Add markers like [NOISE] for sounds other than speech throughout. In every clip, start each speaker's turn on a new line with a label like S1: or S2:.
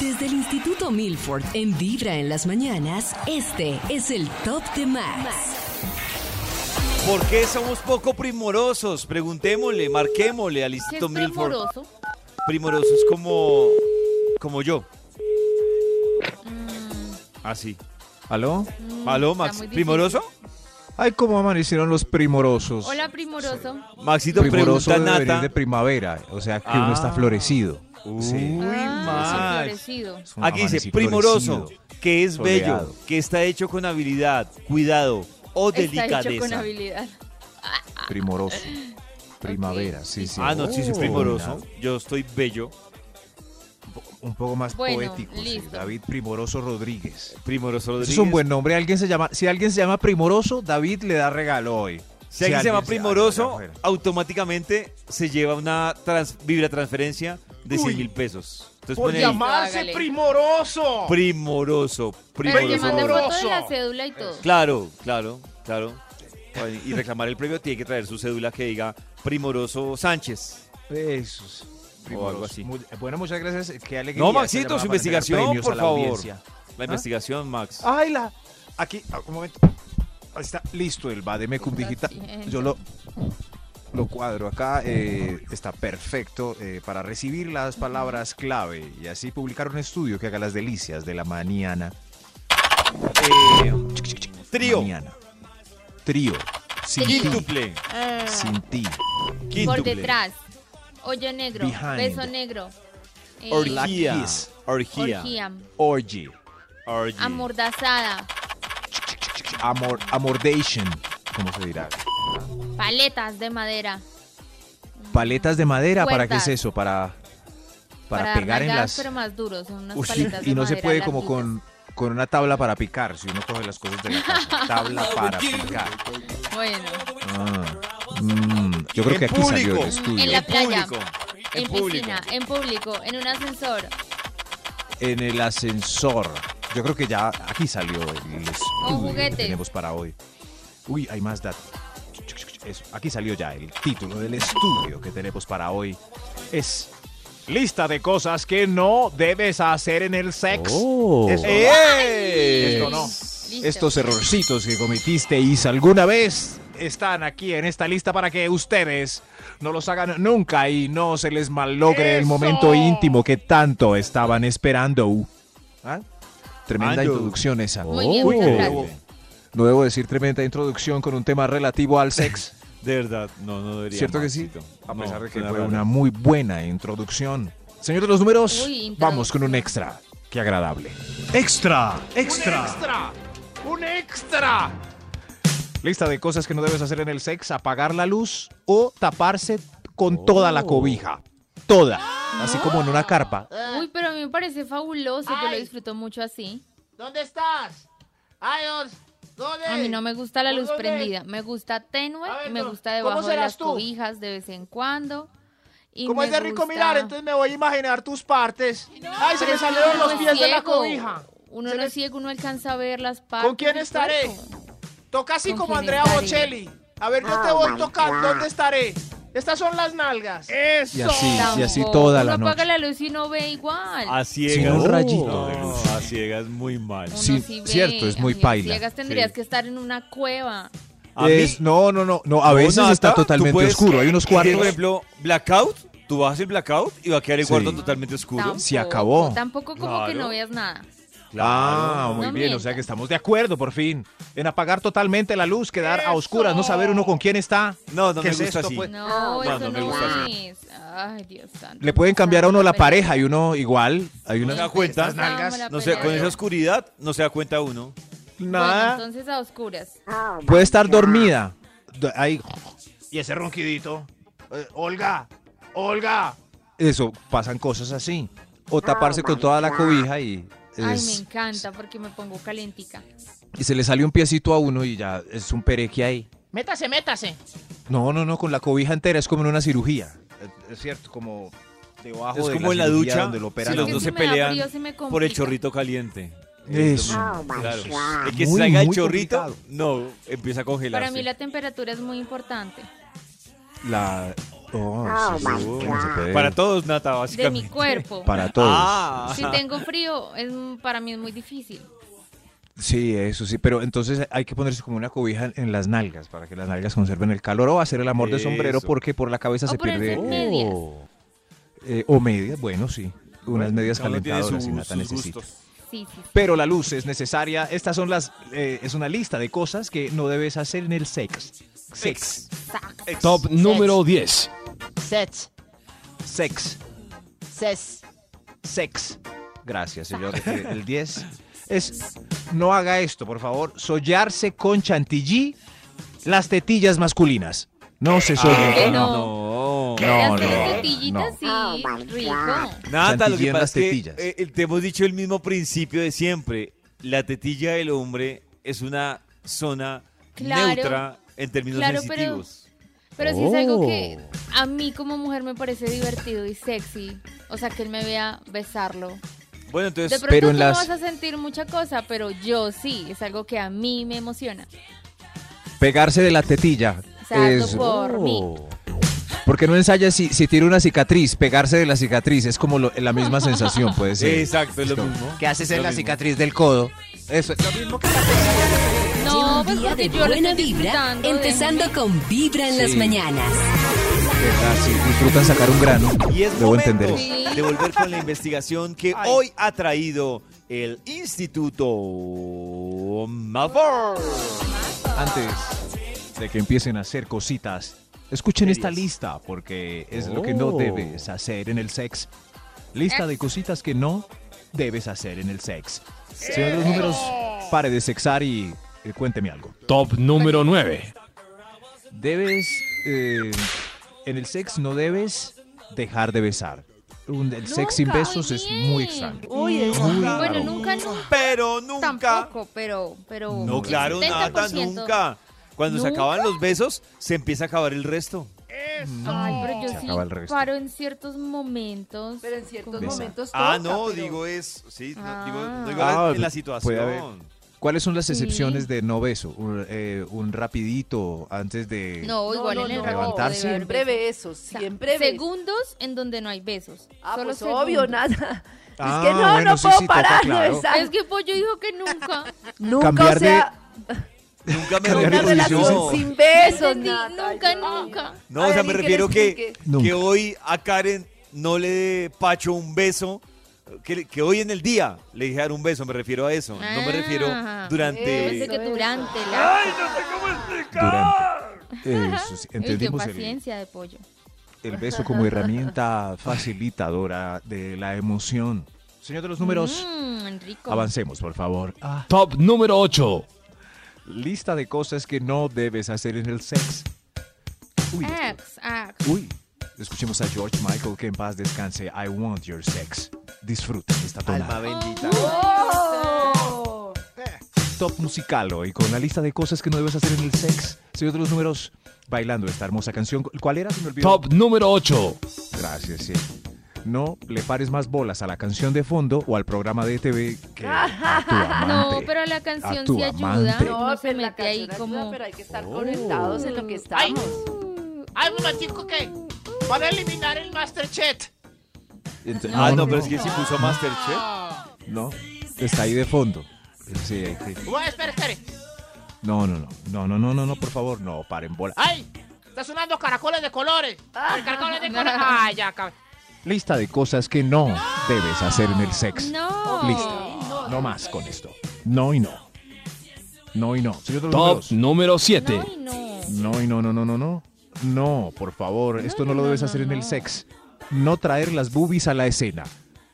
S1: Desde el Instituto Milford, en Vibra en las mañanas, este es el Top de Max.
S2: ¿Por qué somos poco primorosos? Preguntémosle, marquémosle al
S3: ¿Qué es
S2: Instituto Milford.
S3: primoroso?
S2: Primorosos como como yo. Así.
S4: ¿Aló?
S2: ¿Aló,
S3: Mm. está
S2: Max?
S3: muy difícil.
S2: ¿Primoroso?
S4: Ay, cómo amanecieron los primorosos.
S3: Hola, primoroso.
S2: Maxito
S4: Primoroso
S2: pregunta
S4: debe venir
S2: Nata.
S4: de primavera, o sea que
S2: Ah.
S4: uno está florecido. Sí.
S2: Uy,
S3: Ah,
S2: Max.
S3: florecido.
S4: Es un
S2: Aquí dice,
S4: amanecí
S2: primoroso,
S4: florecido.
S2: que es
S4: soleado.
S2: bello, que está hecho con habilidad, cuidado o
S3: Está hecho con
S2: delicadeza.
S3: habilidad.
S4: Primoroso. Primavera, sí, sí.
S2: Ah, no, sí, soy
S4: Oh.
S2: primoroso. Yo estoy bello.
S4: Un poco más
S3: Bueno,
S4: poético, sí.
S3: listo.
S4: David Primoroso Rodríguez.
S2: Primoroso
S4: Ese
S2: Rodríguez.
S4: Es un buen nombre. Alguien se llama, si alguien se llama Primoroso, David le da regalo hoy.
S2: Si alguien se llama primoroso,
S4: ay, ah, no, ya fuera.
S2: automáticamente se lleva una trans, vibra transferencia de 100 mil pesos. Entonces
S5: Por
S2: pone ahí,
S5: llamarse
S3: Hágale.
S5: primoroso.
S2: primoroso,
S3: Pero que
S5: Primoroso.
S3: manda
S2: primoroso.
S3: foto de la cédula y todo.
S2: Claro, claro, claro. Ay, Y reclamar el premio tiene que traer su cédula que diga primoroso Sánchez.
S4: Pesos.
S2: O algo así.
S4: Muy- eh, bueno, muchas gracias. Qué alegría
S2: No,
S4: esta
S2: Maxito,
S4: llamada
S2: su
S4: para entregar
S2: investigación,
S4: premios a
S2: por
S4: la
S2: favor.
S4: audiencia.
S2: La investigación, Max.
S4: Ay, la. Aquí, ah, un momento. Ahí está, listo el Bademecum Digital.
S3: haciendo?
S4: Yo lo, lo cuadro acá. eh, está perfecto eh, para recibir las palabras clave y así publicar un estudio que haga las delicias de la mañana. Eh,
S2: Trío.
S4: mañana. Trío. Sin ti.
S2: Quíntuple.
S4: Sin ti.
S2: Quíntuple.
S3: Por detrás. Hoyo negro.
S4: Behind.
S3: Beso negro. eh,
S4: Black
S2: Orgía.
S4: kiss.
S2: Orgía.
S3: orgía,
S4: Orgy.
S2: Orgy.
S3: Amordazada.
S4: Amor, amordation. ¿Cómo se dirá?
S3: Paletas de madera.
S4: Paletas de madera, ¿para qué
S3: Cuerdas.
S4: es eso? Para, para,
S3: dar
S4: pegar en
S3: nalgadas,
S4: las.
S3: pero más duros. Son unas
S4: Uy,
S3: paletas de
S4: y no se
S3: madera
S4: puede como
S3: larguitas.
S4: con, con una tabla para picar, si uno coge las cosas de la casa. Tabla para picar.
S3: Bueno.
S4: Ah, mm, yo creo
S2: En
S4: que aquí salió
S2: público.
S4: el estudio.
S3: En
S4: En,
S3: la
S2: En
S3: playa.
S2: público.
S3: En,
S2: En público.
S3: piscina, en público, en un ascensor.
S4: el ascensor. Yo creo que ya aquí salió el estudio que
S3: juguetes.
S4: tenemos para hoy. Uy, hay más datos. Eso, aquí salió ya el título del estudio que tenemos para hoy. Es lista de cosas que no debes hacer en el sexo. Eso.
S2: ¡Eh!
S4: Esto no.
S3: Listo.
S4: Estos errorcitos que cometisteis alguna vez están aquí en esta lista para que ustedes no los hagan nunca y no se les malogre el
S5: ¡Eso!
S4: momento íntimo que tanto estaban esperando. ¿Ah? Tremenda
S2: Ando.
S4: introducción esa. Oh.
S3: Muy bien, muchas
S4: no,
S3: gracias.
S4: debo, no debo decir tremenda introducción con un tema relativo al sexo.
S2: De verdad, no, no debería.
S4: ¿Cierto que sí?
S2: Maxito.
S4: A
S2: No,
S4: pesar de que
S2: suena
S4: fue
S2: raro.
S4: una muy buena introducción. Señor de los números,
S3: Uy,
S4: vamos con un
S3: introducción.
S4: extra. Qué agradable.
S5: Un extra. Un extra.
S4: Lista de cosas que no debes hacer en el sex, apagar la luz o taparse con toda
S3: Oh.
S4: la cobija. Toda.
S3: Ah.
S4: Así como en una carpa.
S3: Uy, pero a mí me parece fabuloso. Yo lo
S5: Ay.
S3: disfruto mucho así.
S5: ¿Dónde estás? Ayos. ¿Dónde?
S3: A mí no me gusta la
S5: ¿Por
S3: luz
S5: dónde?
S3: prendida. Me gusta tenue,
S5: A ver,
S3: me
S5: pero,
S3: gusta
S5: ¿cómo
S3: debajo de
S5: serás
S3: las
S5: tú?
S3: cobijas de vez en cuando. Y
S5: Como
S3: me
S5: es de rico
S3: gusta-
S5: mirar, entonces me voy a imaginar tus partes. Ay, se
S3: Pero
S5: me
S3: es que
S5: salieron
S3: uno
S5: los
S3: no es
S5: pies de la
S3: ciego.
S5: cobija.
S3: Uno
S5: Se
S3: no
S5: me-
S3: es ciego, uno alcanza a ver las partes.
S5: quién
S3: del
S5: estaré?
S3: cuerpo.
S5: Toca así
S3: ¿Con
S5: como
S3: quién
S5: Andrea
S3: estaré?
S5: Bocelli. A ver, yo te voy tocando. ¿Dónde estaré? Estas son las nalgas.
S4: Y así, y así
S3: Tampoco.
S4: toda la
S3: Uno apaga
S4: noche. Ah,
S3: la luz y no ve igual.
S2: A ciegas.
S4: Sin un rayito
S2: No,
S4: de luz.
S2: A ciegas muy mal.
S3: Uno
S4: sí,
S3: ve.
S4: cierto, es muy
S3: Amigas
S4: paila,
S3: ciegas tendrías
S2: sí.
S3: que estar en una cueva.
S2: A
S4: Es-
S2: mí-
S4: no, no, no, no. A
S2: No,
S4: veces
S2: Nata,
S4: está
S2: tú
S4: totalmente
S2: puedes-
S4: oscuro. Hay unos
S2: Por
S4: cuartos.
S2: ejemplo, blackout. Tú vas a hacer blackout y va a quedar el
S4: Sí.
S2: cuarto totalmente oscuro.
S3: Tampoco,
S4: Se acabó.
S3: Tampoco como que
S2: Claro.
S3: no veas nada.
S4: Ah, muy
S3: No
S4: bien. O
S3: mientas.
S4: sea que estamos de acuerdo, por fin. En apagar totalmente la luz, quedar a oscuras, no saber uno con quién está.
S2: No, no
S4: ¿Qué
S2: me
S4: es
S2: gusta
S4: esto,
S2: así.
S4: pues?
S5: Ah,
S3: No,
S2: Bueno,
S3: eso
S2: me
S3: no
S2: gusta así.
S3: es. Ay, Dios santo.
S4: Le pueden cambiar a uno la
S3: Estábamos
S4: pareja y uno igual. Hay
S2: No
S4: una
S2: se da cuenta.
S3: Estábamos nalgas. la
S2: No sé, con
S3: pelea.
S2: esa oscuridad no se da cuenta uno.
S3: Bueno,
S4: nada.
S3: Pues, entonces a oscuras.
S4: Puede estar dormida. Do- Ahí,
S5: Y ese ronquidito. Eh, Olga. Olga.
S4: eso, pasan cosas así. O taparse con toda la cobija y
S3: Ah, Ay, me
S4: es-
S3: encanta porque me pongo calentica.
S4: Y se le sale un piecito a uno y ya es un pereque ahí.
S5: Métase, métase.
S4: No, no, no, con la cobija entera es como en una cirugía. Es cierto, como debajo
S2: Es
S4: de
S2: como en la
S4: cirugía
S2: ducha,
S4: donde lo operan
S2: si
S4: a
S2: los
S3: Es que
S2: dos se
S4: uno.
S3: si me da
S2: pelean
S3: frío, sí me
S2: por el
S3: complica.
S2: chorrito caliente.
S4: Eso.
S2: Claro. El que
S4: Muy,
S2: salga el
S4: muy
S2: chorrito,
S4: complicado.
S2: no, empieza a congelarse.
S3: Para mí la temperatura es muy importante.
S4: La... Oh,
S3: Ah,
S4: sí, sí, ¿cómo se puede?
S2: Para todos, Nata,
S3: De mi
S2: básicamente.
S3: cuerpo.
S4: Para todos.
S2: Ah.
S3: Si tengo frío, es, para mí es muy difícil.
S4: Sí, eso sí, pero entonces hay que ponerse como una cobija en las nalgas para que las nalgas conserven el calor o hacer el amor de sombrero
S2: Eso.
S4: porque por la cabeza
S3: O
S4: se pierde. Oh.
S3: ponerse medias.
S4: Eh, o medias, bueno, sí. Unas medias
S2: Cada uno tiene
S4: calentadoras
S2: su-
S4: si Nata
S2: sus
S4: necesita.
S2: gustos.
S3: Sí, sí.
S4: Pero la luz es necesaria. Estas son las. eh, es una lista de cosas que no debes hacer en el sex. Sex.
S3: Sac.
S6: Top número 10.
S5: Sets.
S4: Sex.
S5: Sets.
S4: Sex. Gracias, señor. Eh, El 10 es. No haga esto, por favor. Sollarse con chantilly las tetillas masculinas. No
S2: Ah,
S4: se sollen.
S3: Ah, ¿Qué
S4: con-
S3: no?
S2: No.
S3: Las
S4: no, no,
S3: tetillitas, sí, rico.
S2: Nata, lo
S4: Chantilly
S2: que
S4: en
S2: pasa
S4: las
S2: es que
S4: tetillas.
S2: eh, eh, te hemos dicho el mismo principio de siempre. La tetilla del hombre es una zona
S3: Claro.
S2: neutra en términos
S3: Claro, pero-
S2: sensitivos.
S3: Pero sí es algo que
S4: Oh.
S3: a mí como mujer me parece divertido y sexy. O sea, que él me vea besarlo.
S2: Bueno,
S3: De
S2: entonces,
S3: pronto
S4: Pues, pero en
S3: tú
S4: las-
S3: no vas a sentir mucha cosa, pero yo sí. Es algo que a mí me emociona.
S4: Pegarse de la tetilla.
S3: Exacto,
S4: es- Oh.
S3: por mí.
S4: ¿Por qué no ensayas si, si tiene una cicatriz? Pegarse de la cicatriz es como lo- la misma sensación, puede ser.
S2: exacto, es lo mismo.
S4: ¿Qué haces
S2: en la
S4: cicatriz del codo? Eso es lo mismo que
S1: Lleva
S3: No,
S1: un
S3: pues
S1: día de
S3: porque yo lo
S1: buena
S3: estoy
S1: vibra,
S3: disfrutando,
S1: empezando
S3: déjenme.
S1: con Vibra en las
S4: Sí.
S1: mañanas.
S4: disfrutan sacar un grano.
S2: Y es
S4: Debo
S2: momento
S4: entender.
S3: Sí.
S2: de volver con la investigación que hoy ha traído el Instituto Mavor.
S4: Antes de que empiecen a hacer cositas, escuchen esta
S2: Serias.
S4: lista porque es lo que no
S6: Oh.
S4: debes hacer en el sex. Lista
S7: Eh.
S4: de cositas que no debes hacer en el sex. Señor los números, pare de sexar y eh, cuénteme algo.
S6: Top número 9.
S4: Debes, eh, en el sex no debes dejar de besar. Un- el sex sin
S3: Nunca.
S4: besos
S3: Muy
S4: es muy
S3: bien.
S4: extraño.
S7: Oh.
S3: Bueno, nunca, nunca.
S2: Pero nunca.
S3: Tampoco, pero, pero.
S2: No, claro,
S3: 70%.
S2: Nata, nunca. Cuando se
S3: ¿Nunca?
S2: acaban los besos, se empieza a acabar el resto.
S3: Ay, pero yo
S4: Se
S3: sí
S4: acaba el resto.
S3: paro en ciertos momentos.
S7: Pero en ciertos
S4: Besa.
S7: momentos.
S2: Ah,
S7: toca,
S2: no,
S7: pero-
S2: digo es, sí, no,
S3: Ah.
S2: digo, no digo la-
S4: Ah,
S2: en la
S4: puede haber.
S2: situación.
S4: ¿Cuáles son las
S3: Sí.
S4: excepciones de no beso? Un, eh, un rapidito antes de...
S3: No,
S7: No,
S3: igual
S7: no,
S3: en el
S7: no,
S3: remoto
S4: levantarse.
S3: debe haber
S7: Siempre
S3: besos.
S7: besos,
S3: O sea,
S7: siempre besos.
S3: Segundos en donde no hay besos.
S7: Ah,
S3: Solo
S7: pues obvio,
S3: segundos. [LAUGHS]
S7: nada.
S4: Ah,
S7: es que no,
S4: bueno,
S7: no
S4: sí,
S7: puedo
S4: sí, toca,
S7: parar
S4: claro.
S7: de besar.
S3: Es que Pollo dijo que nunca.
S7: Nunca,
S4: cambiar
S7: o sea,
S2: Nunca me
S4: Cambiar
S7: una
S4: de
S2: refiero-
S7: relación
S4: posición.
S2: No,
S7: sin [LAUGHS] besos,
S3: Entendí,
S7: nada.
S3: nunca,
S7: Ay, no.
S3: nunca.
S2: no,
S7: A
S2: o sea,
S7: ver,
S2: me
S7: ¿y qué
S2: refiero
S7: les
S2: que,
S7: expliqué?
S4: Nunca.
S2: que hoy a Karen no le dé Pacho un beso, que, que hoy en el día le dije dar un beso, me refiero a eso. No me refiero
S3: Ah. Pensé
S2: durante...
S7: Eso,
S3: que
S7: eso.
S3: durante la. [LAUGHS]
S4: Durante. Eso sí,
S3: Uy, qué
S4: entendimos el,
S3: paciencia de Pollo.
S4: el beso como herramienta facilitadora de la emoción. Señor de los números,
S3: Mmm, rico.
S4: avancemos, por favor. Ah,
S6: Top número 8.
S4: lista de cosas que no debes hacer en el sex. Uy,
S3: Ax, ax.
S4: uy. Escuchemos a George Michael que en paz descanse. I want your sex. Disfruten esta
S2: Alma
S4: tonada.
S2: bendita.
S5: Oh.
S3: Oh,
S4: Top musical hoy con la lista de cosas que no debes hacer en el sex. Señor de los números, bailando esta hermosa canción. ¿Cuál era? Se me olvidó.
S6: Top número 8.
S4: Gracias, sí. No le pares más bolas a la canción de fondo o al programa de TV que a tu amante.
S3: [LAUGHS] No, pero la canción
S4: tu
S3: sí ayuda.
S4: amante.
S3: No,
S7: No,
S3: se
S7: pero la
S3: mete ahí
S7: canción ayuda,
S3: como.
S7: pero hay que estar
S3: Oh.
S7: conectados en lo que estamos.
S5: Hay un momentico que van a eliminar el Masterchef.
S4: Ent-
S2: Ah, no, pero es que si puso Masterchef.
S4: no, está ahí de fondo. Sí, hay que-
S5: Voy a espera, espere.
S4: No, no, no, no, no, no, no, no, por favor, no, paren bola.
S5: ¡Ay! Está sonando caracoles de colores. Caracoles de colores. ¡Ay, ya, cabrón!
S4: Lista de cosas que no debes hacer en el sex.
S3: No.
S4: Listo, no más con esto. No y no. No y no. Señor de los
S6: Top
S4: números.
S6: número
S3: No,
S6: 7.
S3: y no.
S4: No, y no, no, no, no, no. No, por favor, esto no,
S3: no,
S4: lo
S3: no,
S4: debes
S3: no,
S4: hacer en el
S3: no.
S4: sex. No traer las boobies a la escena.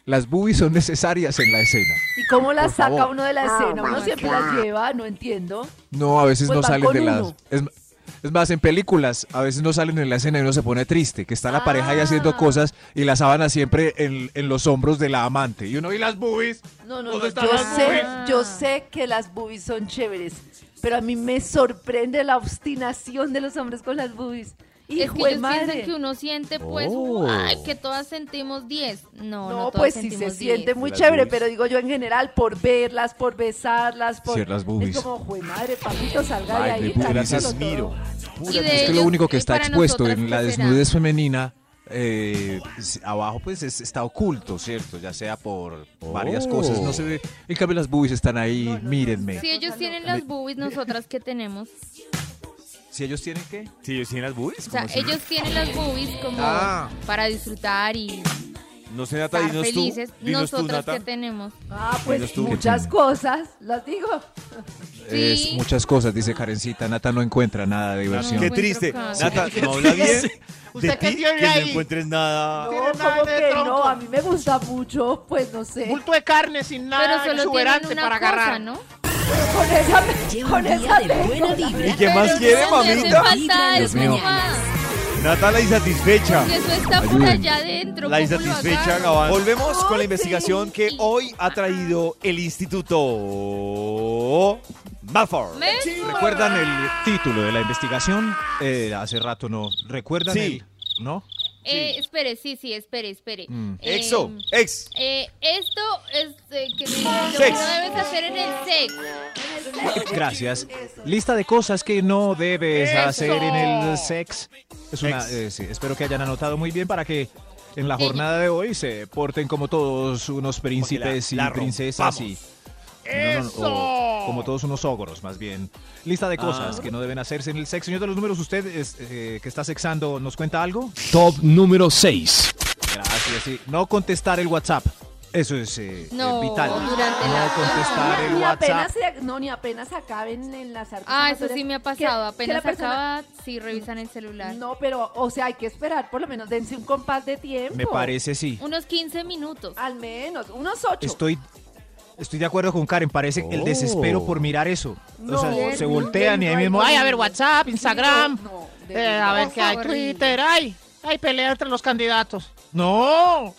S4: Las boobies son necesarias en la escena.
S7: ¿Y cómo la
S4: Por
S7: saca
S4: favor.
S3: Ah,
S7: uno de la escena? Uno siempre las lleva, no entiendo.
S4: No, a veces
S7: Pues
S4: no
S7: van
S4: salen
S7: con
S4: de las.
S7: uno.
S4: es- Es más, en películas a veces no salen en la escena y uno se pone triste, que está la pareja ahí haciendo
S7: Ah.
S4: cosas y la sábana siempre en, en los hombros de la amante. Y uno, ¿y las boobies?
S7: No, no,
S4: ¿Dónde
S7: no,
S4: están
S7: yo
S4: las
S7: sé,
S3: boobies?
S7: yo sé que las boobies son chéveres, pero a mí me sorprende la obstinación de los hombres con las boobies.
S3: Es
S7: Hijo
S3: que
S7: de
S3: ellos
S7: madre.
S3: piensan que uno siente, pues,
S6: Oh.
S3: ay, que todas sentimos 10. No, no,
S7: No,
S3: todas
S7: pues sí se
S3: sentimos
S7: siente
S3: 10.
S7: muy
S4: Las
S7: chévere,
S4: boobies.
S7: pero digo yo en general, por verlas, por besarlas, por...
S4: Sí, las boobies.
S7: Es como, jue madre, papito, salga de
S4: Ay,
S7: ahí.
S4: de
S7: cálmelo
S4: puras
S7: todo".
S2: miro.
S3: Y de
S4: Es que lo
S3: ellos,
S4: único que
S3: eh,
S4: está
S3: para
S4: expuesto
S3: nosotras,
S4: en la
S3: ¿qué será?
S4: desnudez femenina, eh, s- abajo pues es- está oculto, ¿cierto? Ya sea por varias cosas, no se ve. En cambio las boobies están ahí, mírenme.
S3: Si ellos tienen las boobies, nosotras que tenemos.
S4: Si ellos tienen que...
S2: Sí, yo sí en las boobies.
S3: O sea,
S2: ¿cómo así?
S3: ellos tienen las boobies como
S4: Ah.
S3: para disfrutar y
S2: No sé, Nata,
S3: estar
S2: dinos tú.
S3: felices.
S2: Dinos tú,
S3: Nosotras
S2: Nata.
S3: que tenemos.
S7: Ah,
S2: Dinos
S7: pues
S2: tú.
S7: muchas cosas, las digo.
S4: Es
S3: Sí.
S4: muchas cosas, dice Karencita. Nata no encuentra nada de diversión.
S2: Qué
S3: encuentro
S2: triste.
S3: caso.
S2: Nata, no habla bien de
S5: ¿Usted qué
S2: ti, que
S5: tiene
S2: no
S5: ahí?
S2: encuentres nada.
S7: No,
S5: tiene nada
S7: como
S5: de
S7: que
S5: tronco.
S7: no, a mí me gusta mucho, pues no sé.
S5: Bulto de carne sin
S3: Pero
S5: nada
S3: solo tienen
S5: exuberante
S3: una
S5: para
S3: cosa,
S5: agarrar.
S3: ¿no?
S7: Con esa, me-
S1: Lleva
S7: con
S1: un día
S7: esa
S1: de buena
S7: tengo.
S1: vibra.
S2: ¿Y qué más
S3: Pero
S2: quiere,
S3: no le hace
S2: mamita?
S3: falta
S1: Dios
S3: eso,
S1: mío.
S3: papá,
S2: Nata la insatisfecha.
S3: que eso está por
S4: Ayúdenme.
S3: allá adentro.
S2: La
S3: ¿cómo lo
S2: insatisfecha,
S3: agarro?
S2: Gabán. Volvemos con la
S7: Ay,
S2: investigación que
S3: sí.
S2: hoy ha traído el Instituto Mafar.
S3: ¿Ves?
S4: ¿Recuerdan el título de la investigación? Eh, hace rato no. ¿Recuerdan
S2: Sí.
S4: el- ¿No?
S3: Eh, espere, sí, sí, espere, espere.
S4: Mm.
S3: Eh,
S2: Exo, ex.
S3: eh, esto es eh, que lo que
S2: Sex.
S3: no debes hacer en el sex.
S4: Gracias. Lista de cosas que no debes
S5: ¡Eso!
S4: hacer en el sex. Es una,
S2: Ex.
S4: eh, sí, espero que hayan anotado muy bien para que en la
S3: Sí.
S4: jornada de hoy se porten como todos unos príncipes y
S2: la
S4: princesas y no, no, no,
S5: ¡Eso!
S4: o como todos unos ogros, más bien. Lista de cosas
S3: Ah.
S4: que no deben hacerse en el sexo. Señor de los números, usted es, eh, que está sexando, ¿nos cuenta algo?
S6: Top número 6.
S4: Gracias, sí. No contestar el WhatsApp. Eso es eh,
S3: No,
S4: eh, vital.
S3: durante
S4: no
S3: la-
S4: contestar el
S7: Ni apenas,
S4: WhatsApp.
S7: se- no, ni apenas acaben en las artes
S3: Ah, eso
S7: amatorias.
S3: sí me ha
S7: Que-
S3: pasado.
S7: que la
S3: Apenas
S7: persona-
S3: acaba, sí revisan el celular.
S7: No, pero, o sea, hay que esperar, por lo menos dense un compás de tiempo.
S4: Me parece sí.
S3: Unos 15 minutos.
S7: Al menos, unos ocho.
S4: Estoy, estoy de acuerdo con Karen, parece el
S6: Oh.
S4: desespero por mirar eso.
S7: No,
S4: o sea, se
S7: ¿cierto?
S4: voltean y ahí
S7: No hay
S4: mismo,
S5: Ay,
S4: ¡ay,
S5: a ver, WhatsApp, Instagram.
S7: No, de
S5: eh, a
S7: verdad.
S5: ver qué hay,
S3: Horrible.
S5: Twitter. Ay, hay pelea entre los candidatos. ¡No!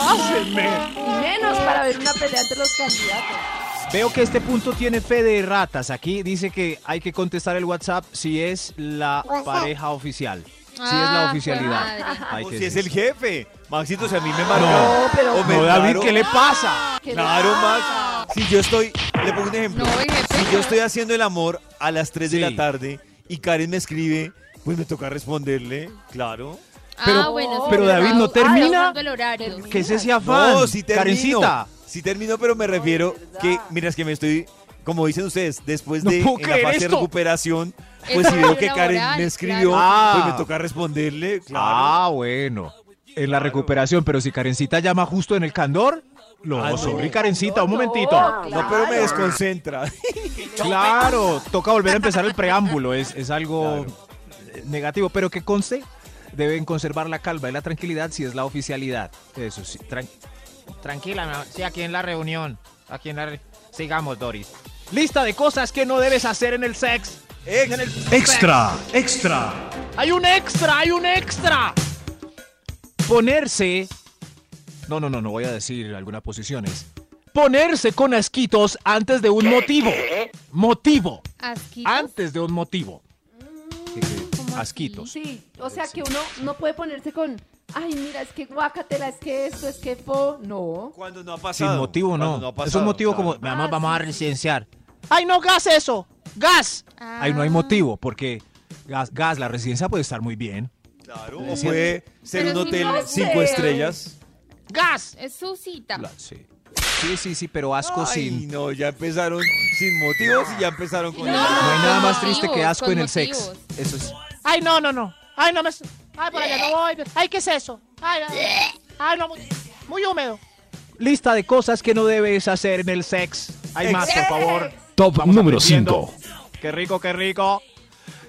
S5: ¡Abrácenme!
S7: Y menos para ver una pelea entre los candidatos.
S4: Veo que este punto tiene fe de ratas. Aquí dice que hay que contestar el WhatsApp si es la pareja oficial. Si es
S3: Ah,
S4: la
S3: fue
S4: oficialidad.
S7: pues
S3: madre.
S4: Hay
S2: O
S4: que
S2: si es
S4: decir.
S2: el jefe. Maxito, si a mí me marcó.
S7: pero-
S2: o me
S4: No, David,
S2: marcaron-
S4: ¿qué le pasa?
S7: Ah, ¿Qué le
S2: Claro,
S7: pasa?
S2: Max. Si yo estoy, le pongo un ejemplo.
S3: No, el jefe
S2: si yo
S3: no.
S2: estoy haciendo el amor a las 3 de la
S4: Sí.
S2: tarde y Karen me escribe, pues me toca responderle, claro.
S3: ah,
S4: Pero-
S3: bueno, sí,
S4: pero
S3: verdad,
S4: David, ¿no
S3: está
S4: termina?
S3: usando el horario.
S7: Termina.
S4: ¿Qué es ese afán?
S2: No, si termino.
S4: Karencita.
S2: Si termino, pero me refiero
S7: verdad.
S2: que, mira, es que me estoy, como dicen ustedes, después
S4: No
S2: de
S4: puedo
S2: en la
S4: creer
S2: fase de
S4: esto.
S2: recuperación, pues
S3: Eso
S2: si
S3: es
S2: veo que
S3: laboral,
S2: Karen
S3: claro.
S2: me escribió,
S4: Ah.
S2: pues me toca responderle, claro.
S4: Ah, bueno. En la recuperación, pero si Karencita llama justo en el candor, lo
S2: Ah, no.
S4: sorry, Karencita, un
S7: No,
S4: momentito.
S2: No, pero me
S7: claro.
S2: desconcentra.
S4: Claro, toca volver a empezar el preámbulo, es, es algo negativo, pero que conste, deben conservar la calma y la tranquilidad si es la oficialidad. Eso sí, tran-
S5: Tranquila, mi amor. sí, aquí en la reunión. Aquí en la re- Sigamos, Doris.
S4: Lista de cosas que no debes hacer en el sex.
S2: Ex.
S5: En el-
S4: extra.
S5: ¡Hay un extra! ¡Hay un extra!
S4: Ponerse... No, no, no, no voy a decir algunas posiciones. Ponerse con asquitos antes de un motivo. Motivo.
S3: Asquitos.
S4: Antes de un motivo. Que- que-
S3: ¿Cómo así?
S4: Asquitos.
S7: Sí, o sea que uno no puede ponerse con, ay, mira, es que guacatela, es que esto, es que fo. No.
S2: [LAUGHS] Cuando no ha pasado.
S4: Sin motivo
S2: Cuando
S4: no.
S2: ha
S4: es un
S2: pasado,
S4: motivo
S2: claro.
S4: como... Vamos, vamos a residenciar.
S5: ¡Ay, no gas eso! ¡Gas!
S3: Ah.
S4: Ahí no hay motivo, porque gas, gas, la residencia puede estar muy bien.
S2: Claro, o puede ser
S3: Pero
S2: un
S3: si
S2: hotel
S3: no
S2: cinco
S7: sé.
S2: estrellas.
S5: ¡Gas!
S3: Es su cita.
S4: La- sí. sí, sí, sí, pero asco
S2: Ay,
S4: sin.
S2: no, ya empezaron sin motivos y ya empezaron con
S3: No,
S2: el-
S4: No hay
S3: con
S4: nada más
S3: motivos,
S4: triste que asco
S3: con
S4: en el sexo.
S3: motivos.
S4: Eso es.
S5: ¡Ay, no, no, no! ¡Ay, no me... ¡Ay, por allá no voy! ¡Ay, qué es eso! ¡Ay, ay, ay, no! Muy, muy húmedo.
S4: Lista de cosas que no debes hacer en el sex.
S5: Eh.
S4: Hay más, por favor.
S6: Top
S4: Vamos
S6: número
S4: aprendiendo.
S6: 5.
S4: Qué rico, qué rico.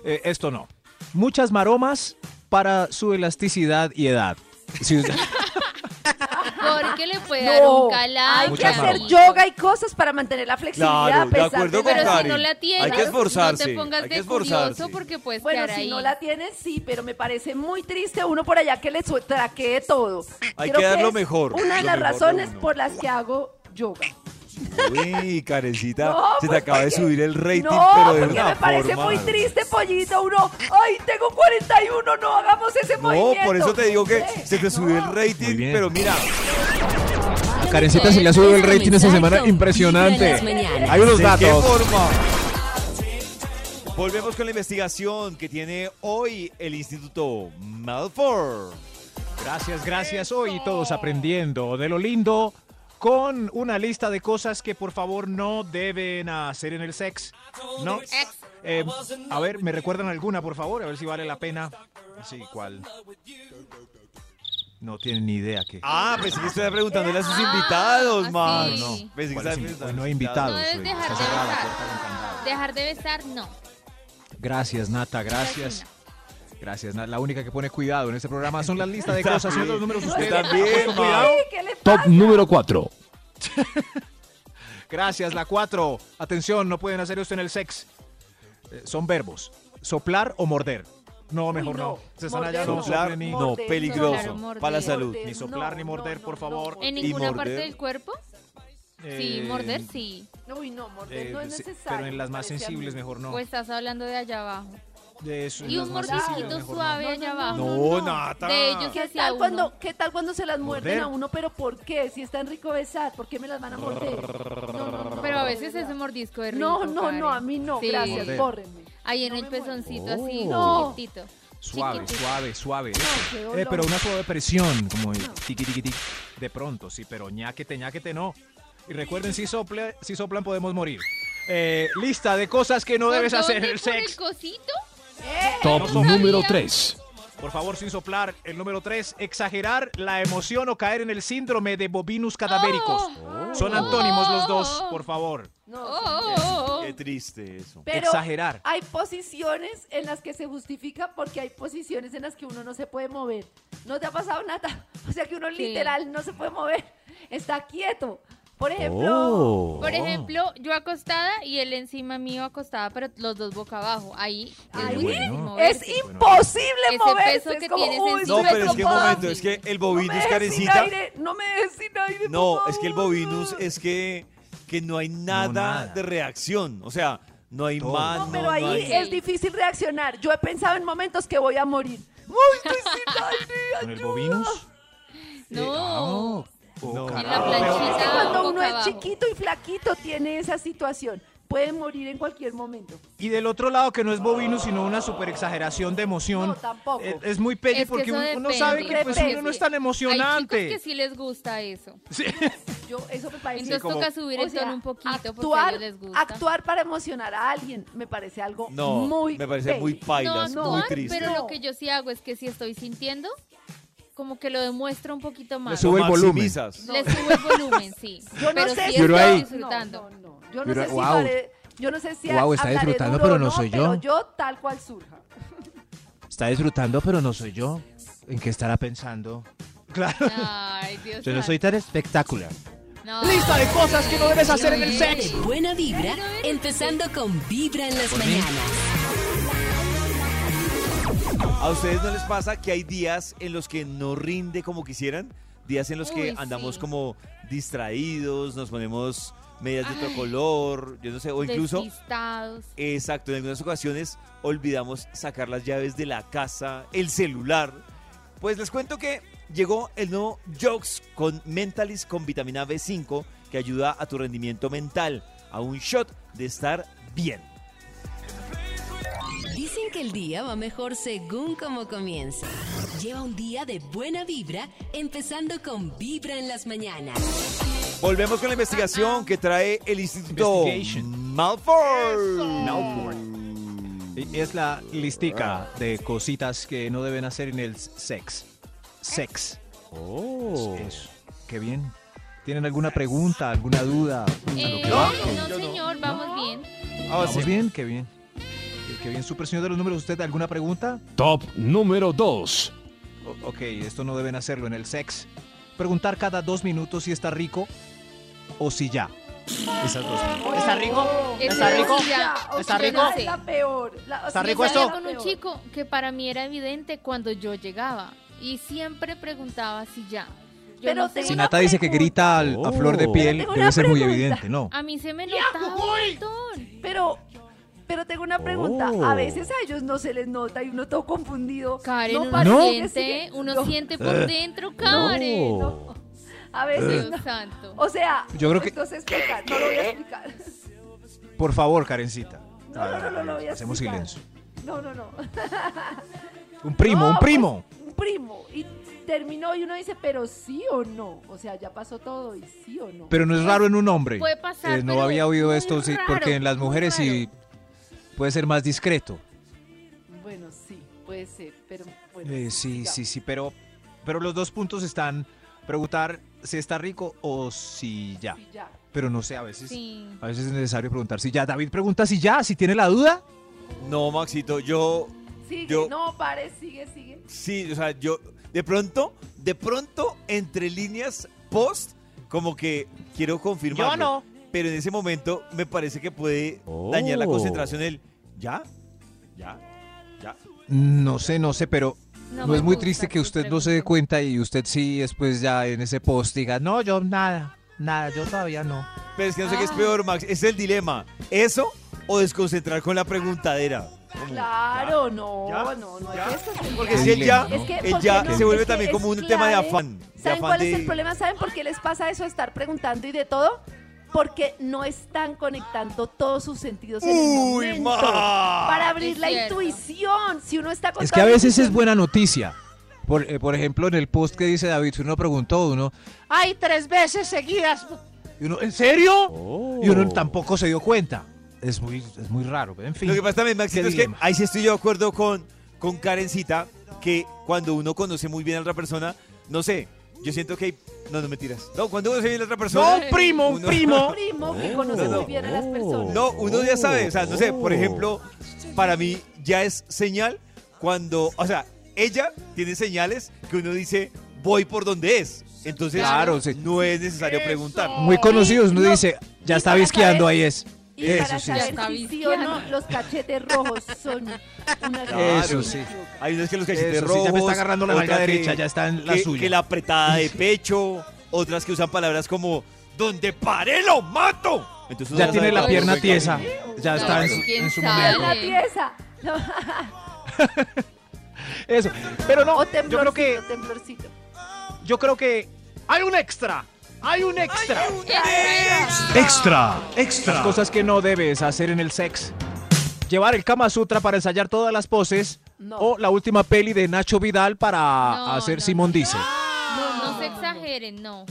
S4: Eh, esto no. Muchas maromas para su elasticidad y edad. Si-
S3: ¿Por qué le puede dar un
S7: hay
S3: calambre.
S7: que
S4: Muchas
S7: hacer
S4: maromas.
S7: yoga y cosas para mantener la flexibilidad.
S2: Claro,
S7: a
S2: de
S7: pesar
S2: acuerdo
S7: la
S2: con
S3: Pero
S7: edad.
S3: si no la tienes,
S2: Hay que
S3: no
S2: esforzarse,
S3: te pongas
S2: hay que
S3: de curioso
S2: esforzarse.
S3: porque puedes
S7: Bueno,
S3: quedar
S7: si
S3: ahí.
S7: no la tienes, sí, pero me parece muy triste uno por allá que le su- traquee todo.
S2: Hay
S7: Creo
S2: que dar lo
S7: es
S2: mejor,
S7: Una de
S2: lo
S7: las
S2: mejor de
S7: razones
S2: uno.
S7: por las que hago yoga.
S2: Uy, Karencita,
S7: No,
S2: se te
S7: pues,
S2: acaba de
S7: porque-
S2: subir el rating,
S7: no,
S2: pero de
S7: porque
S2: una
S7: me parece
S2: forma.
S7: muy triste, pollito. Uno, ay, tengo 41, no hagamos ese
S2: No,
S7: movimiento.
S2: por eso te digo que
S7: Sí,
S2: se te subió el
S7: no.
S2: rating,
S4: Muy bien.
S2: pero mira,
S4: A Karencita se le ha subido el rating esta semana.
S1: Vibra en
S4: Impresionante.
S1: las mañanas.
S4: Hay unos
S2: ¿de qué
S4: datos.
S2: forma? Volvemos con la investigación que tiene hoy el Instituto Malfour.
S4: Gracias, gracias. Hoy todos aprendiendo de lo lindo con una lista de cosas que por favor no deben hacer en el sex. ¿No?
S3: Ex.
S4: Eh, a ver, ¿me recuerdan alguna, por favor? A ver si vale la pena. Sí, ¿cuál? No tienen ni idea qué.
S2: Ah, pensé que estaba preguntándole a sus
S3: Ah,
S2: invitados, Max.
S3: sí.
S2: No, pensé que
S4: ¿Cuál
S2: estaba
S4: es el-
S2: preguntando
S4: hoy no
S2: a sus
S4: hay invitados.
S3: No debes
S4: hoy.
S3: dejar
S4: Está
S3: de
S4: cerrada la
S3: besar.
S4: puerta con candado.
S3: Dejar de besar, no.
S4: Gracias, Nata, gracias. Gracias, Nata. La única que pone cuidado en este programa son las listas de cosas. Son los números ustedes.
S2: Está bien,
S4: Con
S2: Max.
S4: cuidado.
S7: Ay, ¿qué le
S6: Top
S7: pasa?
S6: número 4.
S4: Gracias, la 4. Atención, no pueden hacer esto en el sex. Eh, son verbos. Soplar o morder. No,
S7: Uy,
S4: mejor no.
S7: no.
S4: Se están
S7: Morder,
S4: hallando.
S7: no.
S4: soplen y-
S2: No,
S7: Morder,
S2: peligroso
S3: soplar,
S2: para la
S3: morder.
S2: salud.
S4: Ni soplar ni morder, por favor.
S3: ¿En
S2: Y
S3: ninguna
S2: morder.
S3: parte del cuerpo? Sí,
S4: Eh,
S3: morder sí.
S7: no. Uy, no, morder
S4: eh,
S7: no es
S4: sí,
S7: necesario.
S4: pero en las
S7: me
S4: más
S7: parece a mí.
S4: sensibles mejor no.
S3: O estás hablando de allá abajo.
S4: De eso, en
S3: Y
S4: las
S3: un
S4: más
S3: mordisquito
S4: sensibles, mejor no.
S3: suave
S7: No,
S3: allá
S7: no,
S3: abajo.
S2: No, Nata.
S3: De ellos que
S7: ¿Qué
S3: hacía
S7: tal,
S3: uno.
S7: cuando, ¿Qué tal cuando se las muerden
S4: Morder.
S7: a uno? ¿Pero por qué? Si es tan rico besar, ¿por qué me las van a morder? No, no, no,
S3: Pero a
S7: no,
S3: veces
S7: de verdad.
S3: ese mordisco es rico,
S7: No, no, no, a
S3: Karen.
S7: mí no,
S3: Sí.
S7: gracias,
S4: Morder.
S7: bórrenme.
S3: Ahí en
S7: No
S3: el
S7: me muerdo.
S3: pezoncito así,
S7: No.
S3: chiquitito.
S4: Suave,
S3: Chiquitito.
S4: suave, suave.
S7: qué
S4: Eh,
S7: dolor.
S4: pero una suave presión, como el tiqui tiqui tiqui. De pronto, sí, pero ñáquete, ñáquete, no. Y recuerden, si, sopla, si soplan podemos morir. Eh, lista de cosas que no
S3: ¿Por
S4: debes hacer en
S3: dónde?
S4: el
S3: ¿Por el
S4: sex.
S3: cosito?
S6: Top
S3: no
S6: número
S3: sabía.
S6: 3.
S4: Por favor, sin soplar. El número 3, exagerar la emoción o caer en el síndrome de bovinus cadavéricos.
S3: Oh.
S4: Son antónimos los dos, por favor.
S7: No,
S3: Oh, oh, oh.
S2: Qué triste eso.
S7: Pero
S4: Exagerar.
S7: hay posiciones en las que se justifica porque hay posiciones en las que uno no se puede mover. ¿No te ha pasado nada? [LAUGHS] O sea que uno literal no se puede mover. Está quieto. Por ejemplo,
S2: Oh.
S3: Por
S4: Oh.
S3: ejemplo, yo acostada y él encima mío acostada, pero los dos boca abajo. Ahí es
S7: ahí
S3: muy difícil moverse.
S7: es imposible
S3: Ese
S7: moverse.
S3: peso
S7: es
S3: que
S7: como,
S3: tienes
S7: uy,
S3: encima
S2: No,
S3: Súper
S2: pero es que un
S7: papá,
S2: momento, es que el
S7: no me
S2: bovinus,
S7: dejes sin
S2: Carecita.
S7: aire, no me dejes sin [LAUGHS] aire.
S2: No,
S7: por
S2: es que el
S7: favor.
S2: bovinus es que, que no hay nada,
S4: nada.
S2: de reacción. O sea, no hay
S4: Todo.
S2: mano.
S7: No, pero
S2: no
S7: ahí
S2: hay-
S7: es difícil reaccionar. Yo he pensado en momentos que voy a morir. Uy, estoy sin aire,
S4: ¿Con el
S7: ayuda.
S4: bovinus?
S3: No.
S2: No.
S3: En la
S7: Es que
S3: planchita.
S7: cuando
S3: boca
S7: uno es
S3: abajo.
S7: chiquito y flaquito tiene esa situación. Puede morir en cualquier momento.
S4: Y del otro lado, que no es bovino, sino una super exageración de emoción.
S7: No, tampoco.
S4: Eh, Es, muy pelle
S3: Es que
S4: porque
S3: eso
S4: uno, uno
S3: depende.
S4: sabe que pues,
S7: Depende.
S4: uno no es tan
S3: Hay
S4: emocionante.
S3: chicos que sí les gusta eso.
S4: Sí.
S7: Yo, eso me parece.
S3: Entonces
S4: como-
S3: toca subir el
S7: O sea,
S3: tono un poquito porque a
S7: actuar,
S3: ellos les gusta.
S7: actuar para emocionar a alguien me parece algo
S2: No,
S7: muy.
S2: me parece muy
S7: pelle.
S3: no
S2: pailas,
S3: actuar,
S2: muy
S7: no,
S2: triste.
S3: pero lo
S7: No.
S3: que yo sí hago es que si estoy sintiendo, como que lo demuestro un poquito
S4: Le
S3: más.
S4: subo el volumen.
S2: maximizas.
S3: Les subo el volumen, sí.
S7: [LAUGHS] Yo no
S3: pero
S7: sé
S3: sí
S7: si
S3: estoy
S4: Pero ahí-
S3: disfrutando.
S7: No, no, no. Yo no
S4: Pero,
S7: sé si
S4: wow.
S7: haré- yo no sé si
S4: Wow, está
S7: hablaré
S4: disfrutando,
S7: duro
S4: pero
S7: o
S4: no soy yo.
S7: Pero yo tal cual surja.
S4: Está disfrutando, pero no soy yo. ¿En qué estará pensando? Claro.
S3: Ay, Dios
S4: Yo no soy tan espectacular.
S3: No.
S4: Lista de cosas que no debes hacer en el
S3: Sí.
S4: sexo.
S1: Buena vibra, empezando con Vibra en las mañanas.
S2: ¿A ustedes no les pasa que hay días en los que no rinde como quisieran? Días en los que
S3: Uy,
S2: andamos
S3: sí.
S2: como distraídos, nos ponemos medias de otro color, yo no sé, o incluso...
S3: Despistados.
S2: Exacto, en algunas ocasiones olvidamos sacar las llaves de la casa, el celular. Pues les cuento que llegó el nuevo Jox con Mentalis con vitamina B5 que ayuda a tu rendimiento mental, a un shot de estar bien.
S1: Dicen que el día va mejor según como comienza. Lleva un día de buena vibra, empezando con Vibra en las mañanas.
S2: Volvemos con la investigación que trae el Instituto
S4: Investigation.
S2: Malfour.
S4: Y Es la listica de cositas que no deben hacer en el sex. Sex. Oh. Eso. Qué bien. ¿Tienen alguna pregunta, alguna duda?
S3: Eh,
S4: ¿Lo que
S3: no,
S4: va? ¿Qué?
S3: señor, vamos bien.
S4: ¿Vamos bien? Qué bien. Qué- Qué bien. Super señor de los números, ¿usted alguna pregunta?
S6: Top número 2.
S4: O- ok, esto no deben hacerlo en el sex.
S8: Preguntar cada dos minutos si está rico o si ya. Esas dos.
S5: ¿Está rico? ¿Está
S3: Ese
S5: rico?
S3: sí ya, o
S5: ¿Está
S3: sí ya
S5: rico?
S3: no sé.
S7: Es la peor. La- o
S5: ¿Está
S7: sea, es
S4: Pues
S5: rico
S7: la
S5: esto?
S3: con un
S7: peor.
S3: chico que para mí era evidente cuando yo llegaba y siempre preguntaba si ya. Yo
S7: Pero
S3: no sé,
S7: tengo
S4: Si
S7: Una
S4: Nata dice que
S7: pregunta.
S4: grita al- a flor de
S6: Oh.
S4: piel,
S7: Pero tengo
S4: debe
S7: una
S4: ser muy
S7: pregunta. Ah.
S4: evidente, ¿no?
S3: a mí se me notaba un montón.
S7: Pero, pero tengo una pregunta.
S6: Oh.
S7: A veces a ellos no se les nota y uno todo confundido.
S3: Karen, uno
S7: parece que
S3: siente,
S7: sí.
S3: uno
S7: No,
S3: siente
S4: Eh.
S3: por dentro, Karen.
S6: No.
S7: A veces
S3: Dios
S7: no.
S3: santo.
S7: O sea,
S4: Yo creo que-
S7: esto se explica, no lo voy a explicar.
S4: Por favor, Karencita.
S7: No, no, no, no, lo voy a
S4: Ah, Hacemos
S7: explicar.
S4: silencio.
S7: No, no, no.
S4: Un primo,
S7: No,
S4: un
S7: pues,
S4: primo.
S7: un primo. Y terminó y uno dice, pero sí o no. O sea, ya pasó todo y sí o no.
S4: Pero no es raro en un hombre.
S3: Puede pasar,
S4: Eh, no
S3: pero
S4: había oído
S3: muy
S4: esto, sí,
S3: raro,
S4: porque en las
S3: muy
S4: mujeres sí puede ser más discreto.
S7: Bueno, sí, puede ser. Pero bueno.
S4: Eh, sí,
S7: ya.
S4: sí, sí, pero, pero los dos puntos están preguntar si está rico o si ya.
S7: Sí, ya.
S4: Pero no sé, a veces,
S3: Sí.
S4: a veces es necesario preguntar si ya. David pregunta si ya, si tiene la duda.
S2: No, Maxito, yo
S7: Sigue,
S2: Yo-
S7: no, pare, sigue, sigue.
S2: sí, o sea, yo de pronto, de pronto, entre líneas post, como que quiero confirmar.
S5: Yo no.
S2: Pero en ese momento me parece que puede
S6: Oh.
S2: dañar la concentración el ya, ya, ya.
S4: No sé, no sé, pero no,
S3: me
S4: es muy
S3: gusta
S4: triste que
S3: tus
S4: usted no se dé
S3: preguntas.
S4: cuenta y usted sí después ya en ese post diga, no, yo nada, nada, yo todavía no.
S2: Pero es que no sé qué es
S3: Ah.
S2: peor, Max. Es el dilema. ¿Eso o desconcentrar con la preguntadera? Como,
S7: Claro, no,
S2: ya,
S7: no, no
S2: ya.
S7: es que esto se
S2: Porque
S7: vea.
S2: si el ya,
S4: Es
S7: que,
S2: el
S7: ¿por qué
S2: ya
S7: no?
S2: se vuelve
S7: Es que
S2: también como
S7: es
S2: un tema de
S7: clave.
S2: afán. de
S7: ¿Saben
S2: afán
S7: cuál
S2: de-
S7: es el problema? ¿Saben por qué les pasa eso de estar preguntando y de todo? Porque no están conectando todos sus sentidos en el
S2: ¡Uy,
S7: momento.
S2: Max!
S7: Para abrir
S3: Es
S7: la
S3: cierto.
S7: intuición. Si uno está con
S4: Es que
S7: toda
S4: a
S7: la
S4: veces es
S7: intuición-
S4: buena noticia. Por, eh, por ejemplo, en el post que dice David, si uno preguntó, uno,
S5: Ay, tres veces seguidas.
S4: y uno, ¿en serio?
S6: Oh.
S4: Y uno tampoco se dio cuenta. Es muy, es muy raro, en fin.
S2: Lo que pasa también, Maxito,
S4: Qué
S2: es que
S4: dilema.
S2: ahí sí estoy yo de acuerdo con, con Karencita, que cuando uno conoce muy bien a la otra persona, no sé, yo siento que hay... No, no, mentiras. No, cuando uno conoce bien a la otra persona...
S5: No, primo, un
S2: Uno- [LAUGHS]
S5: primo.
S7: primo que conoce muy bien a las personas.
S2: No, uno ya sabe, o sea, no sé, por
S4: Oh.
S2: ejemplo, para mí ya es señal cuando, o sea, ella tiene señales que uno dice, voy por donde es. Entonces,
S4: Claro, sí.
S2: no es necesario preguntar.
S4: Muy conocidos, uno
S7: No,
S4: dice, ya
S7: y
S4: está
S7: para
S4: visqueando,
S7: saber-
S4: ahí es.
S7: Y
S4: Eso
S7: para
S4: sí.
S3: Ya
S7: saber
S3: está
S7: si sí o no,
S3: viciada.
S7: los cachetes rojos son una
S2: Claro.
S4: Eso sí.
S2: Hay unos que los cachetes
S4: Eso sí,
S2: rojos.
S4: ya me está agarrando la
S2: otras
S4: nalga
S2: que-
S4: derecha, ya está en la
S2: que,
S4: suya.
S2: que la apretada de pecho, otras que usan palabras como donde paré lo mato. Entonces uno
S4: Ya tiene
S2: sabe
S4: la
S2: para
S4: pierna
S2: dónde
S4: tiesa.
S2: caminar.
S4: Ya
S3: No,
S4: está en
S3: pues,
S4: su,
S3: ¿quién
S4: en su
S3: sabe?
S4: momento.
S7: La pieza. [LAUGHS] No,
S4: Eso. Pero no,
S7: o
S4: yo creo que,
S7: temblorcito, temblorcito.
S4: yo creo que
S5: Hay un extra. Hay un extra.
S8: Extra,
S4: las
S8: extra.
S4: cosas que no debes hacer en el sex. Llevar el Kama Sutra para ensayar todas las poses.
S7: No.
S4: O la última peli de Nacho Vidal para
S3: No,
S4: hacer
S3: no,
S4: Simón
S3: no.
S4: Dice.
S3: No, no se exageren, no.
S7: No,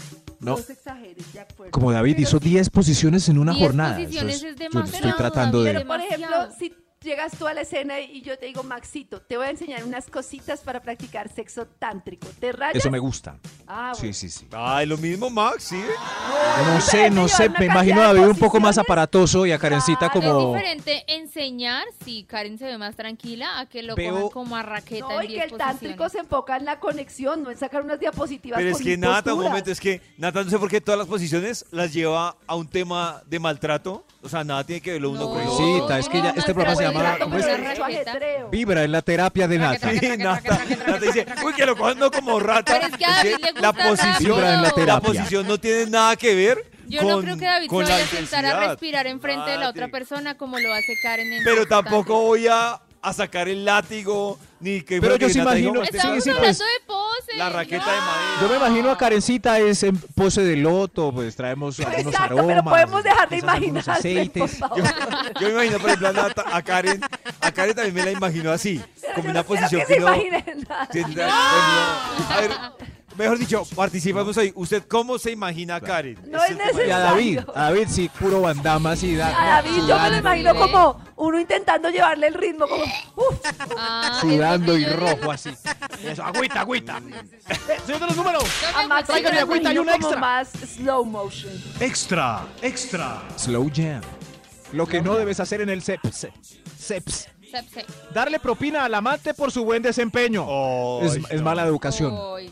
S4: No.
S7: se exageren, de acuerdo.
S4: Como David
S7: Pero
S4: hizo
S7: sí,
S4: 10 posiciones en una
S3: Diez
S4: jornada.
S3: posiciones
S4: Entonces,
S3: es
S4: yo
S3: demasiado,
S4: estoy tratando
S3: David,
S4: de...
S7: Pero por ejemplo,
S3: demasiado.
S7: si llegas tú a la escena y yo te digo, Maxito, te voy a enseñar unas cositas para practicar sexo tántrico. ¿Te rayas?
S4: Eso me gusta.
S7: Ah, bueno.
S4: Sí, sí, sí.
S2: Ay, lo mismo Max, sí.
S3: Ah,
S4: No sé, no sé. Me imagino a David un poco más aparatoso y a Karencita como...
S3: Ah, Es diferente enseñar, si Karen se ve más tranquila, a que lo
S4: Veo-
S3: cojan como a raqueta
S7: No,
S3: en
S7: y que
S3: 10
S7: el tántrico
S3: posiciones.
S7: se enfoca en la conexión, no en sacar unas diapositivas
S2: Pero es
S7: con
S2: que
S7: imposturas.
S2: Nata, un momento, es que Nata, no sé por qué todas las posiciones las lleva a un tema de maltrato. O sea, nada tiene que verlo uno con el
S4: Pues
S2: otro.
S4: sí,
S3: no,
S4: ta- es que
S3: no,
S4: ya
S3: no,
S4: este
S3: no,
S4: programa se
S3: no, no,
S4: llama...
S3: no,
S4: ¿cómo es?
S3: no, no, no,
S7: Ajetreo.
S4: Vibra es la terapia de
S2: [LAUGHS]
S4: Nata.
S2: Sí, Nata, Nata dice, uy, que lo cojan no como rata.
S3: Pero es que a David le
S2: la
S3: gusta
S2: posición,
S4: rápido.
S2: la,
S4: Terapia.
S2: posición no tiene nada que ver
S3: Yo
S2: con,
S3: no creo que David se
S2: con la
S3: vaya a sentar a
S2: intensidad.
S3: respirar enfrente de la
S2: Nada
S3: otra
S2: tiene-
S3: persona como lo hace Karen en
S2: Pero
S3: el tántrico.
S2: tampoco voy a, a sacar el látigo, ni que...
S4: Pero
S2: fuera
S4: yo
S2: que
S4: sí
S2: Nata dijo,
S4: imagino-
S2: "Este
S4: sí,
S3: Estamos
S4: sí,
S3: hablando
S4: pues,
S3: de poses.
S2: La raqueta
S3: no.
S2: de madera.
S4: Yo me imagino a Karencita es en pose de loto, pues traemos algunos
S7: Exacto,
S4: aromas.
S7: pero podemos dejar de
S4: quizás algunos
S7: imaginar.
S4: aceites.
S2: Yo me imagino, por ejemplo, a, Nata- a Karen, a Karen también me la imagino así, como una posición
S7: que se
S2: uno-
S7: imaginen nada.
S2: tendrá- tendrá- A ver, mejor dicho, participamos ahí. ¿Usted cómo se imagina a Karen?
S7: No es
S4: Y a
S7: necesario.
S4: David, a David sí, puro bandama, sí. da-
S7: A David yo me lo
S4: sudando.
S7: imagino
S3: ¿eh?
S7: como uno intentando llevarle el ritmo, como, uff,
S3: Ah,
S4: sudando
S3: eso
S4: y
S3: sí, yo-
S4: rojo así. Eso, agüita,
S5: [LAUGHS]
S4: agüita.
S5: Señor de los números.
S3: yo me
S7: a Max yo
S5: Tráigame
S7: me
S5: agüita y
S7: imagino
S5: un
S7: como
S5: extra.
S7: más slow motion.
S8: Extra, extra.
S4: Slow jam. Lo que no debes hacer en el seps. Seps.
S3: Sepse.
S9: Darle propina al amante por su buen desempeño.
S5: Oh,
S9: es, es mala educación.
S3: Oiga.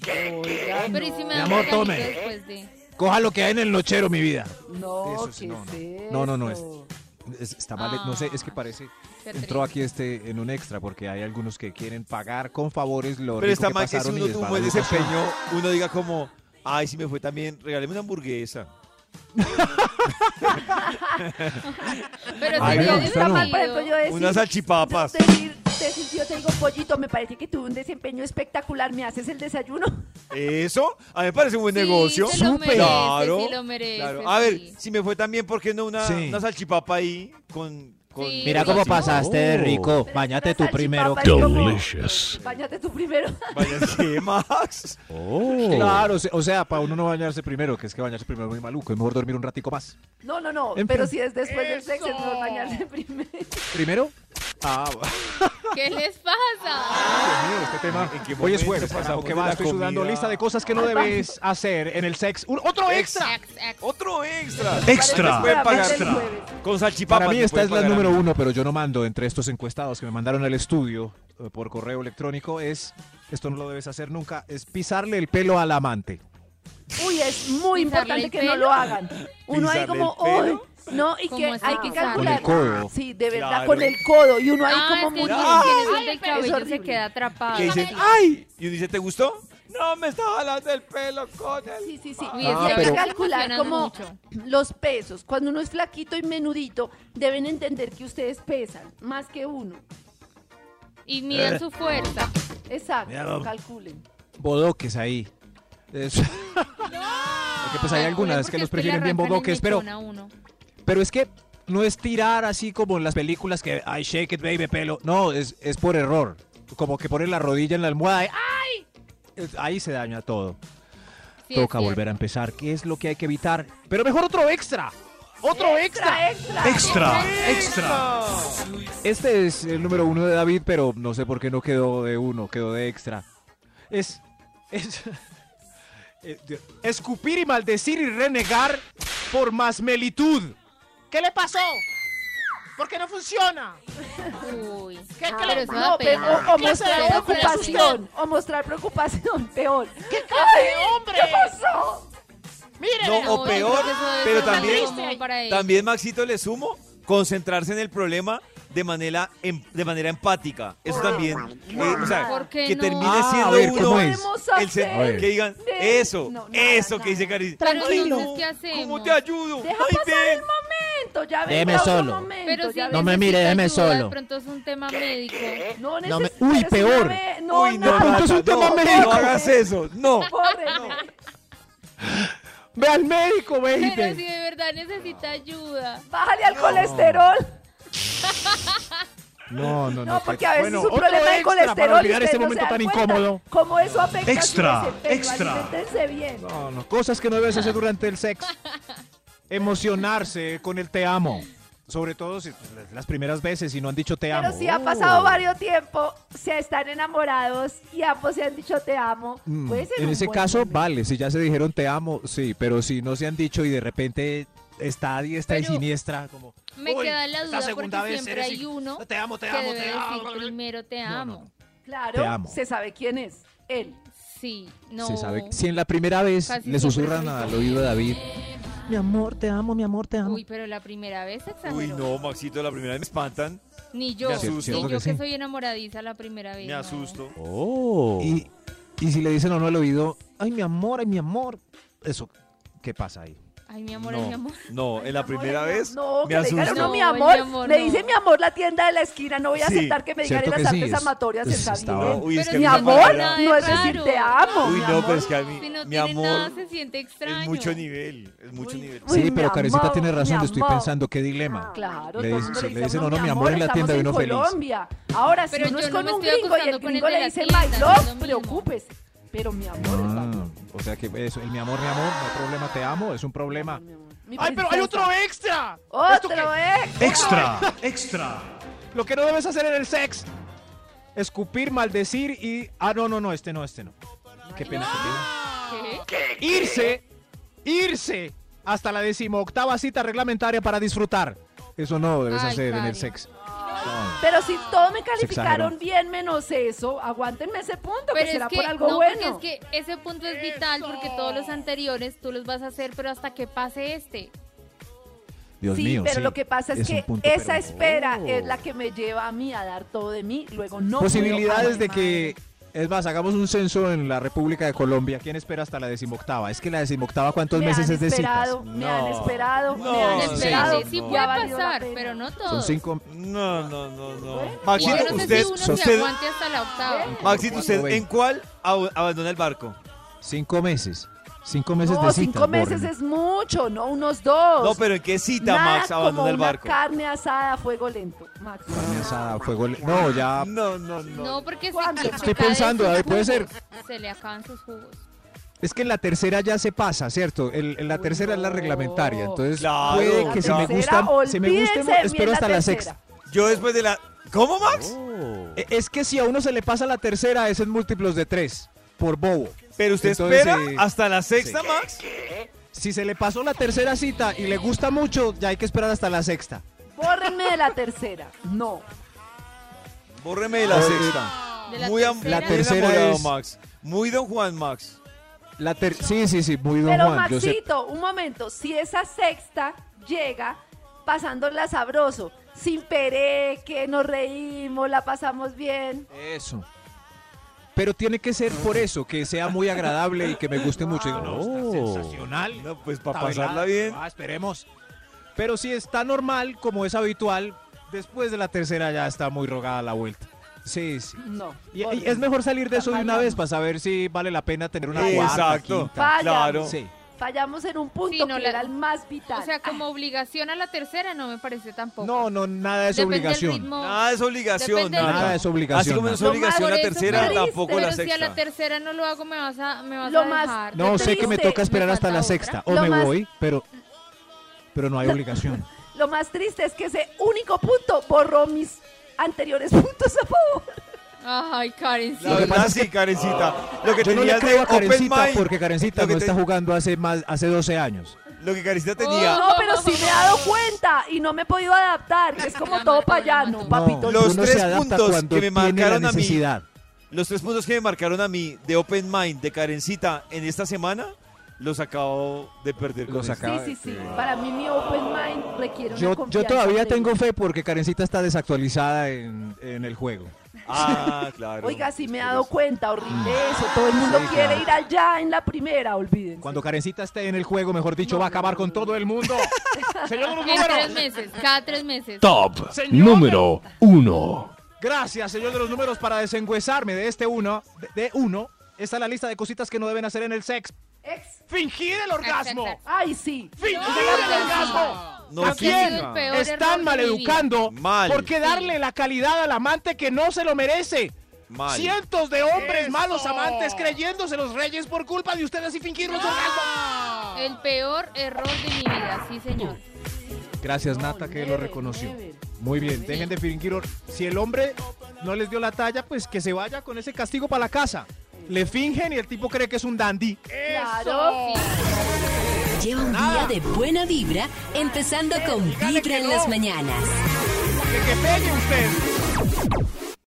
S3: Pero ¿y si me da
S9: Mi amor,
S3: un
S9: tome.
S3: regalito después de...
S9: Coja lo que hay en el nochero, mi vida.
S7: No,
S4: Eso sí,
S7: Oh, ¿qué
S4: no, no. No, no,
S7: es
S4: no,
S7: eso?
S4: Es- está mal, no sé, es que
S3: Ah,
S4: parece.
S3: qué triste.
S4: Entró aquí este en un extra porque hay algunos que quieren pagar con favores lo
S2: Pero
S4: rico
S2: está mal que si
S4: pasaron y
S2: uno
S4: les
S2: tuvo
S4: va
S2: un buen
S4: la educación.
S2: desempeño, uno diga como, ay, si me fue también, regáleme una hamburguesa.
S3: Pero
S7: Ay,
S3: sería
S7: no,
S3: divertido.
S7: está mal, por ejemplo, yo decir,
S2: Unas salchipapas.
S7: yo decir, decir, yo te digo, pollito, me parece que tuve un desempeño espectacular, ¿me haces el desayuno? [LAUGHS]
S2: Eso, a mí me parece un buen
S3: Sí,
S2: negocio.
S3: se lo merece,
S2: claro,
S3: sí lo merece,
S2: claro. A ver,
S3: sí.
S2: si me fue también, ¿por qué no una,
S4: Sí.
S2: una salchipapa ahí con... con
S3: Sí.
S10: Mira
S3: Mira
S10: cómo
S3: cómo
S10: pasaste de
S4: Oh.
S10: rico.
S7: Pero
S10: Báñate
S7: una
S10: tú
S7: salchipapa
S10: primero.
S7: es como-
S6: Delicious.
S7: Báñate tú primero. [LAUGHS]
S2: Oh, Vaya, [LAUGHS] ¿qué, Max?
S4: Claro, o sea- o sea, para uno no bañarse primero, que es que bañarse primero es muy maluco, es mejor dormir un ratico más.
S7: No, no, no,
S4: En
S7: pero
S4: fin.
S7: si es después del sexo, es mejor
S3: Eso.
S7: bañarse primero. [LAUGHS]
S4: Primero, ah,
S3: ¿Qué les pasa?
S4: este tema.
S2: ¿En qué
S4: Hoy es
S2: momento
S4: jueves,
S2: pasamos
S4: carajo, ¿qué
S2: de
S4: más?
S2: la
S4: Estoy sudando
S2: comida?
S4: lista de cosas que no debes hacer en el sex. ¡Un- ¡Otro extra!
S3: Ex, ex.
S2: Otro extra.
S7: Extra.
S2: Pueden pagar
S7: Extra.
S2: Con salchipapas.
S4: Para mí
S2: me
S4: esta
S2: pueden
S4: es la
S2: pagar a
S4: número
S2: mí.
S4: uno, pero yo no mando entre estos encuestados que me mandaron al estudio eh, por correo electrónico. Es, esto no lo debes hacer nunca, es pisarle el pelo al amante.
S7: Uy, es muy
S3: Pisarle
S7: importante
S3: el
S7: que no
S3: pelo.
S7: lo hagan. Uno ahí
S2: Pisarle
S7: como,
S2: el
S7: uy,
S2: pelo.
S7: no, y
S3: ¿Cómo
S7: que
S3: es
S7: hay
S3: eso?
S7: que
S3: Con el
S7: calcular.
S4: codo.
S7: Sí, de verdad,
S2: Claro.
S7: con el codo. Y uno ahí
S3: Ah,
S7: como
S3: es que
S7: muy...
S3: dicen
S2: ¡Ah!
S3: que en el del
S7: pero es
S3: cabello se
S7: horrible.
S3: queda atrapado.
S2: Que dicen, ¡ay! Y uno dice, ¿te gustó? No, me estaba jalando el pelo con el...
S7: Sí, sí, sí.
S10: Ah.
S3: Uy,
S7: Y
S3: es que
S7: hay que
S3: pero-
S7: calcular
S3: Emocionan
S7: como
S3: mucho.
S7: los pesos. Cuando uno es flaquito y menudito, deben entender que ustedes pesan más que uno.
S3: Y midan su fuerza.
S7: Exacto, calculen.
S4: Bodoques ahí. Es- [LAUGHS] Porque pues hay
S3: Calculen
S4: algunas
S3: porque
S4: que los
S3: es le
S4: prefieren bien
S3: arrancan el
S4: bodoques, pero,
S3: mechón a uno.
S4: pero es que no es tirar así como en las películas que, ay, shake it, baby, pelo. No, es, es por error. Como que ponen la rodilla en la almohada y, ¡ay! Es- Ahí se daña todo.
S3: Sí, es
S4: Toca
S3: cierto.
S4: volver a empezar. ¿Qué es lo que hay que evitar? Pero mejor otro extra. Otro extra.
S7: extra.
S9: Extra, extra.
S4: Este es el número uno de David, pero no sé por qué no quedó de uno, quedó de extra. Es. Es. [LAUGHS] eh, Dios. Escupir y maldecir y renegar por masmelitud.
S5: ¿Qué le pasó? ¿Por qué no funciona?
S3: Uy.
S5: ¿Qué, qué
S3: pero
S5: le
S3: eso
S5: pasó?
S3: da
S7: No, pe-
S3: pena.
S7: o, o
S5: Ah, ¿Qué clase
S7: mostrar
S5: de hombre es
S7: preocupación. O mostrar preocupación, peor.
S5: ¿Qué clase de hombre?
S7: ¿Qué pasó?
S5: Mire,
S2: No,
S5: vea.
S2: o peor,
S3: yo creo que eso debe
S2: pero
S3: ser
S2: también-
S3: algo como para ellos.
S2: También, Maxito, le sumo concentrarse en el problema de manera, em- de manera empática. Eso
S7: Oh
S2: también. eh, o sea,
S3: ¿Por qué
S2: que
S3: no?
S2: termine
S4: Ah, a
S2: siendo
S4: ver,
S2: uno
S4: ¿cómo es?
S7: Podemos
S2: el se-
S7: hacer. A ver.
S2: que digan
S7: de-
S2: eso,
S7: No, nada,
S2: eso que
S7: nada.
S2: dice Cari.
S3: Pero
S2: "Ay,
S3: entonces,
S2: no,
S3: ¿qué hacemos?
S2: ¿Cómo te ayudo?
S7: Deja
S2: Ay,
S7: pasar
S2: ven".
S7: el momento. Ya ven,
S10: Déjeme
S7: otro
S10: solo.
S7: momento.
S3: Pero si
S7: ya
S10: No me
S3: necesita
S10: mire, déjeme
S3: ayuda,
S10: solo.
S3: De pronto es un tema médico.
S7: No
S10: No me-
S7: necesitas.
S10: Uy,
S7: pero si
S10: peor.
S7: no ve- No,
S2: Uy, no,
S7: nada.
S4: pronto es un
S2: Nata,
S4: tema
S2: no,
S4: médico.
S2: no hagas eso.
S7: [LAUGHS]
S2: No.
S7: Bórreme.
S4: ¡Ve al médico,
S3: Pero si
S4: baby!
S3: de verdad necesita ayuda.
S7: Bájale al colesterol.
S4: No, no,
S7: No,
S4: no.
S7: porque a veces
S4: Bueno,
S7: es un
S4: otro
S7: problema de
S4: extra para
S7: colesterol. y
S4: olvidar
S7: ustedes
S4: este
S7: no se
S4: momento
S7: dan
S4: tan
S7: cuenta
S4: incómodo.
S7: Cómo eso afecta
S9: Extra,
S7: su desempeño.
S9: extra.
S7: Aliméntense bien.
S4: No, no, Cosas que no debes
S7: Ah.
S4: hacer durante el
S7: [LAUGHS]
S4: sexo. Emocionarse con el te amo. Sobre todo si las primeras veces y no han dicho te amo. Oh.
S7: Pero si ha pasado varios tiempo, se están enamorados y ambos se han dicho te amo.
S4: Mm,
S7: Puede ser
S4: en
S7: un
S4: ese
S7: buen
S4: caso,
S7: momento.
S4: vale, si ya se dijeron te amo, sí, pero si no se han dicho y de repente está a diestra y
S3: Pero-
S4: siniestra, como
S3: Me
S4: "Uy,
S3: queda la
S4: esta
S3: duda
S4: segunda
S3: porque
S4: vez
S3: siempre
S4: eres
S3: hay
S4: in-
S3: uno
S4: te amo, te
S3: que
S4: amo,
S3: debe
S4: te amo.
S3: decir primero te
S4: no.
S3: amo.
S7: Claro,
S4: Te amo.
S7: se sabe quién es. Él.
S3: Sí, no.
S4: Se sabe, si en la primera vez
S3: Casi
S4: le
S3: siempre
S4: susurran
S3: soy yo.
S4: al oído de David, mi amor, te amo, mi amor, te amo.
S3: Uy, pero la primera vez exageró.
S2: Uy, no, Maxito, la primera vez me espantan,
S3: Ni yo,
S2: Me
S3: ni
S2: asusto.
S3: yo que,
S4: Sí.
S3: soy enamoradiza la primera vez.
S2: me
S3: no.
S2: asusto.
S10: Oh.
S4: Y, y si le dicen a uno al oído, ay, mi amor, ay, mi amor, eso, ¿qué pasa ahí?
S3: Ay, mi amor,
S2: No,
S3: ay, mi amor.
S2: No, en la primera vez
S7: No,
S2: me
S7: que le digan,
S2: asusto.
S7: no,
S3: No,
S7: mi
S3: el
S7: amor.
S3: mi amor,
S7: le
S3: no.
S7: dice mi amor la tienda de la esquina. No voy a
S2: Sí,
S7: aceptar que me digan en
S4: cierto
S7: las
S4: que sí,
S7: artes
S4: es-
S7: amatorias.
S4: es-
S7: Está
S4: está
S7: bien.
S4: bravo.
S2: Uy, es
S3: Pero
S2: que
S7: mi
S3: no
S2: a mí
S3: tiene
S2: me
S7: amor
S2: encanta.
S3: nada de
S7: no es decir
S3: raro.
S7: te amo.
S2: Uy,
S7: mi
S2: no,
S7: amor.
S2: pero es que a mí,
S3: Si no
S2: mi
S3: tiene nada,
S2: amor,
S3: se siente extraño.
S2: es mucho nivel, es mucho nivel.
S7: Uy,
S4: sí,
S7: mi
S4: pero Karencita
S7: amor,
S4: tiene razón,
S7: mi
S4: estoy
S7: amor. Ah,
S4: pensando qué dilema.
S7: Claro,
S4: Ah, Le
S7: todo el
S4: dicen-
S7: mundo
S4: le dicen a
S7: uno,
S4: uno, mi amor, en la tienda, y
S7: estamos
S4: uno
S7: en
S4: feliz.
S7: Colombia. Ahora, si
S3: Pero
S7: uno
S3: yo
S7: es
S3: no
S7: con
S3: me
S7: un
S3: estoy
S7: gringo y el
S3: acostando con el
S7: gringo
S3: de
S7: le
S3: la
S7: dice
S3: tienda,
S7: my
S3: no es
S7: love,
S3: lo mismo.
S7: preocupes. Pero mi amor,
S4: Ah, o sea que eso, el mi amor, mi amor, no hay problema, te amo, es un problema.
S7: mi
S5: Ay, pero hay
S7: princesa.
S5: otro extra. ¿Esto qué?
S7: Otro ex.
S9: Extra, extra.
S4: Lo que no debes hacer en el sex. Escupir, maldecir y... Ah, no, no, no, este no, este no. Qué pena,
S3: ¿Qué?
S4: qué pena. Irse, irse hasta la decimoctava cita reglamentaria para disfrutar. Eso no debes
S3: Ay,
S4: hacer en
S3: Karen.
S4: el sex. No, no.
S7: Pero si todos me
S4: exageró.
S7: calificaron bien menos eso, aguántenme ese punto,
S3: Pero
S7: que será
S3: es que,
S7: por algo
S3: no, porque
S7: bueno.
S3: es que ese punto es vital porque todos los anteriores tú los vas a hacer, pero hasta que pase este.
S4: Dios
S7: sí,
S4: mío.
S7: pero
S4: sí.
S7: lo que pasa es,
S4: es
S7: que
S4: un punto,
S7: esa
S4: pero-
S7: espera
S4: Oh.
S7: es la que me lleva a mí a dar todo de mí, luego no. puedo
S4: Posibilidades de
S7: amar.
S4: que. Es más, hagamos un censo en la República de Colombia. ¿Quién espera hasta la decimoctava? Es que la decimoctava, ¿cuántos
S7: Me
S4: meses
S7: han
S4: es de citas?
S7: esperado, me han esperado, me
S2: No,
S7: han
S3: Sí,
S2: sí,
S7: esperado.
S3: sí, sí
S7: Ya
S3: puede
S7: ha valido la
S3: pasar,
S7: pena.
S3: pero no todos.
S4: Son cinco.
S2: No, no, no, no.
S3: Yo
S2: Maxito,
S3: no sé
S2: usted,
S3: si uno se
S2: usted-
S3: aguante hasta la octava.
S7: ¿Eh?
S2: Maxito, ¿usted
S4: Bueno.
S2: en cuál ab- abandona el barco?
S4: Cinco meses. Cinco meses
S7: no,
S4: de citas.
S7: cinco meses
S4: Borre.
S7: es mucho, no unos dos.
S2: No, pero ¿en qué cita
S7: Nada
S2: Max
S7: como
S2: abandona el
S7: una
S2: barco?
S7: carne asada a fuego lento, Max.
S4: Carne asada, fuego le- No, ya.
S2: No, no, no.
S3: No, porque se-
S7: ¿Cuándo?
S3: se
S4: Estoy
S3: caen
S4: pensando,
S3: sus
S4: a ver, puede ser.
S3: jugos. Se le acaban sus jugos.
S4: Es que en la tercera ya se pasa, ¿cierto? El- en la
S7: Uy,
S4: tercera es la
S7: no.
S4: reglamentaria. Entonces,
S2: Claro,
S4: puede que
S7: La
S4: si me
S7: tercera,
S4: gusta. Si me
S7: olvídense
S4: gusta,
S7: de mí en
S4: espero hasta la
S7: tercera.
S4: sexta.
S2: Yo después de la... ¿Cómo, Max?
S4: E- Es que si a uno se le pasa la tercera, es en múltiplos de tres. Por bobo.
S2: ¿Pero usted
S4: Entonces,
S2: espera
S4: eh,
S2: hasta la sexta, Max?
S4: Si se le pasó la tercera cita y le gusta mucho, ya hay que esperar hasta la sexta.
S7: Bórrenme de la tercera. No.
S2: Bórreme de la
S4: Oye,
S2: sexta.
S3: De la
S2: Muy am-
S3: tercera-
S4: Eh, La tercera
S2: muy enamorado,
S4: es-
S2: Max. Muy don Juan, Max.
S4: La ter- sí, sí, sí, muy don
S7: Pero
S4: Juan. yo sé.
S7: Maxito, un momento, si esa sexta llega pasándola sabroso, sin que nos reímos, la pasamos bien.
S4: Eso. Pero tiene que ser por eso, que sea muy agradable y que me guste mucho.
S2: Ah,
S4: Digo, no, está
S5: Oh.
S4: sensacional.
S2: No, pues para
S4: está
S2: pasarla
S4: velada.
S2: bien.
S4: Ah, esperemos. Pero si está normal, como es habitual, después de la tercera ya está muy rogada la vuelta. Sí, sí.
S7: No.
S4: Y, y
S7: bórrenme.
S4: es mejor salir de eso de una
S7: Fallamos.
S4: vez para saber si vale la pena tener una cuarta,
S2: Exacto.
S4: quinta.
S7: Falla.
S2: Claro.
S4: Sí.
S7: Fallamos en un punto
S3: Sí, no,
S7: que
S3: la-
S7: era el más vital.
S3: O sea, como obligación a la tercera no me parece tampoco.
S4: No, no, nada es
S3: Depende del
S4: obligación.
S3: ritmo.
S2: Nada es obligación.
S3: Depende del
S2: nada.
S4: Nada es
S2: Así
S4: obligación.
S2: como no es
S4: nada.
S7: Lo más-
S2: obligación
S7: por
S2: la
S7: eso
S2: tercera,
S7: me
S2: tampoco la
S3: Pero si a la
S2: sexta.
S3: tercera no lo hago, me vas a, me vas
S7: Lo
S3: a
S7: más-
S3: dejar.
S4: No, sé que me
S7: triste.
S4: toca esperar
S3: Me
S4: hasta
S3: falta
S4: la
S3: otra.
S4: sexta. O
S7: Lo
S4: me
S7: más-
S4: voy, pero, pero no hay obligación.
S7: Lo más triste es que ese único punto borró mis anteriores [LAUGHS] puntos a favor.
S3: Ay, Karen, sí.
S2: La verdad, sí, Karencita. Lo que
S4: Yo no le
S2: tenías
S4: creo a
S2: de Open
S4: Karencita
S2: Mind.
S4: porque Karencita
S2: lo que
S4: no
S2: te-
S4: está jugando hace más hace 12 años.
S2: Lo que Karencita tenía.
S7: No, pero sí me he dado cuenta y no me he podido adaptar, que es como
S3: La
S7: todo
S3: mató, la
S7: payano,
S3: mató.
S7: papito.
S2: Los
S4: uno
S2: tres
S4: se adapta
S2: puntos
S4: cuando
S2: que me
S4: tiene la
S2: marcaron a mí.
S4: necesidad.
S2: Los tres puntos que me marcaron a mí de Open Mind, de Karencita, en esta semana, los acabo de perder. con
S4: Los
S2: esto.
S7: Sí,
S4: acaba-
S7: sí, sí. Para mí mi open mind requiere una
S4: Yo, yo
S7: confianza
S4: todavía
S7: plena.
S4: tengo fe porque Karencita está desactualizada en, en el juego.
S2: Ah, claro.
S7: Oiga, sí me he dado cuenta, horrible eso. Todo el mundo
S4: Mm. Sí, claro.
S7: quiere ir allá en la primera, olvídense.
S4: Cuando Karencita esté en el juego, mejor dicho, va a acabar con todo
S3: [LAUGHS]
S4: el mundo. Señor
S5: [LAUGHS]
S4: de los
S3: En tres
S4: números.
S3: meses, cada tres meses.
S6: Top
S4: Señor.
S6: número uno.
S4: Gracias, señor de los números, para desengüesarme de este uno. De, de uno. Esta es la lista de cositas que no deben hacer en el sex.
S7: Ex.
S4: Fingir el orgasmo.
S7: Ay, sí.
S4: Fingir
S3: No.
S4: el orgasmo.
S2: No,
S4: ¿A
S2: sí,
S4: quién
S3: sido el peor error de
S4: están
S3: mi vida.
S4: maleducando
S2: Mal.
S4: porque darle la calidad al amante que no se lo merece?
S2: Mal.
S4: Cientos de hombres malos amantes creyéndose los reyes por culpa de ustedes y fingir los orgasmos.
S3: El peor error de mi vida, sí, señor.
S4: Gracias,
S7: No,
S4: Nata, que lo
S7: never,
S4: reconoció.
S7: never.
S4: Muy bien, dejen de fingir. or- Si el hombre no les dio la talla, pues que se vaya con ese castigo para la casa. Le fingen y el tipo cree que es un dandy.
S7: Claro.
S1: Lleva un día de buena vibra, empezando con Vibra en las mañanas.
S4: Que, que pegue usted.